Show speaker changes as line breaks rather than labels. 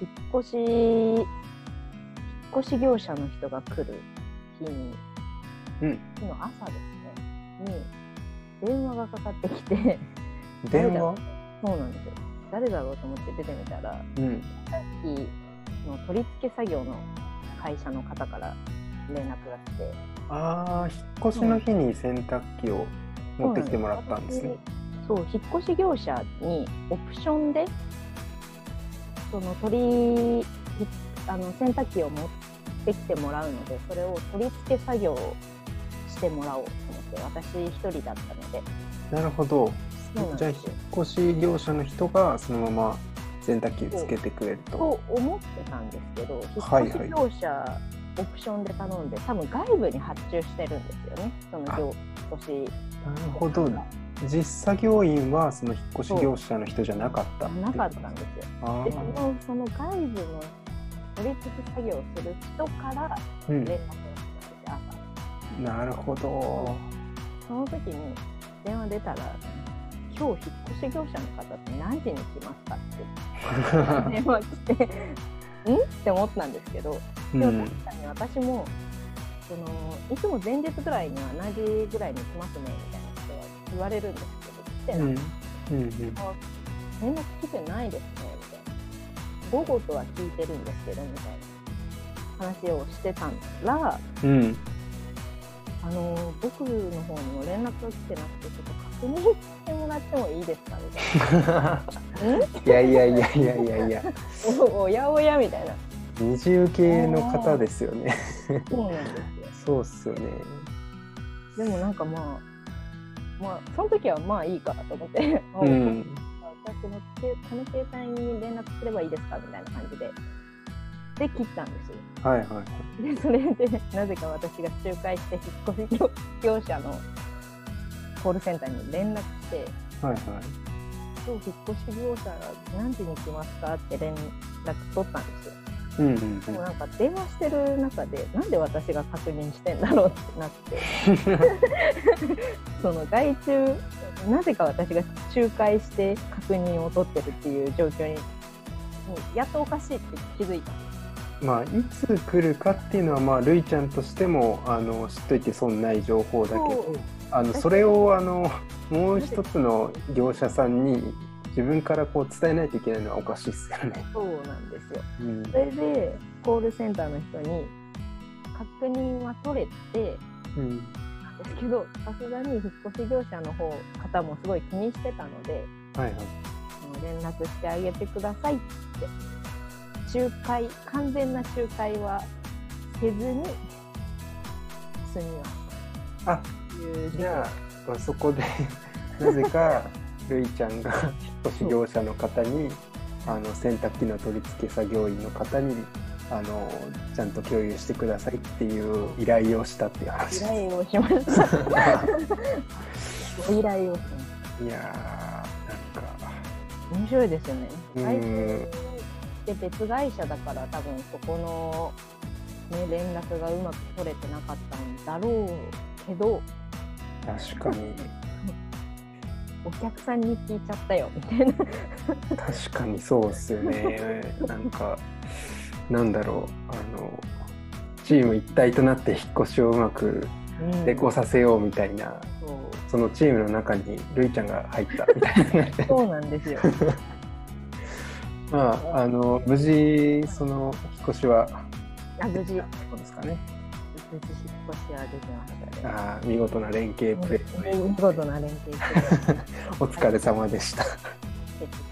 引っ越し引っ越し業者の人が来る日に、
うん
日の朝ですねに電話がかかってきて
電話
そうなんですよ誰だろうと思って出てみたら
うん
さっきの取り付け作業の会社の方から連絡が来て
ああ引っ越しの日に洗濯機を持ってきてもらったんですね
そう引っ越し業者にオプションでその取りひあの洗濯機を持ってきてもらうのでそれを取り付け作業をしてもらおうと思って私一人だったので
なるほど
そうなん
じゃあ
で
引
すよ
っ越し業者の人がそのまま洗濯機つけてくれると
と思ってたんですけど
はい
引っ越し業者オプションで頼んで多分外部に発注してるんですよねその業引っ越し
なるほど実作業員はその引っ越し業者の人じゃなかったていう
なかったんですよ。
あ
でそのその外部の取り付け作業をする人から
ー、
連絡
うん
をして朝
なるほど
その時に電話出たら「今日引っ越し業者の方って何時に来ますか?」って電話来て「ん?」って思ったんですけど
う
でも
ん
確かに私もそのいつも前日ぐらいには何時ぐらいに来ますねみたいなことは言われるんですけど来て
う
なんい、
うんうん
連絡来てないですねみたいな午後とは聞いてるんですけどみたいな話をしてたら
うん
あの僕の方にも連絡が来てなくてちょっと確認してもらってもいいですかみたいなん
いやいやいやいやいやいや
おおやおやみたいな
二重系の方ですよね
そうなんです
そうっすよね
よでもなんかまあまあその時はまあいいかと思ってあ
うん
私もこの携帯に連絡すればいいですかみたいな感じでで切ったんですよ
はいはい
でそれでなぜか私が仲介して引っ越し業者のコールセンターに連絡して
はいは
「今日引っ越し業者が何時に来ますか?」って連絡取ったんですよ
いうんうん
でもなんか電話してる中でなんで私が確認してんだろうってなって その外注なぜか私が仲介して確認を取ってるっていう状況にもうやっとおかしいって気づいた
まあいつ来るかっていうのはまあるいちゃんとしてもあの知っといて損ない情報だけどあのそれをあのもう一つの業者さんに自分からこう伝えないといけないのはおかしいっすよね。
そうなんですよ
うん
それでコールセンターの人に確認は取れて
うん
なんですけどさすがに引っ越し業者の方方もすごい気にしてたので
はいはい
あの連絡してあげてくださいって仲介完全な仲介はせずに済みました
あ
という
じゃあ、まあ、そこで なぜかるいちゃんが引っ越し業者の方にあの洗濯機の取り付け作業員の方にあのちゃんと共有してくださいっていう依頼をしたっていう話
依
です。
頼をしましたご依頼をしまし
いやーなんか
た面白いですよね
うん
外注で別会社だから多分そこの、ね、連絡がうまく取れてなかったんだろうけど
確かに
お客さんに聞いちゃったよみたいな
確かにそうっすよねなんかなんだろうあのチーム一体となって引っ越しをうまく成功させようみたいな、
そ
そのチームの中にるいちゃんが入ったみたいな
うそうなんですよ
まああの無事その引っ越しは
あ無事無事引っ
そうですかね
越しはできましたね
あー見事な連携プレー
見事な連携して
お疲れ様でした。
素敵でした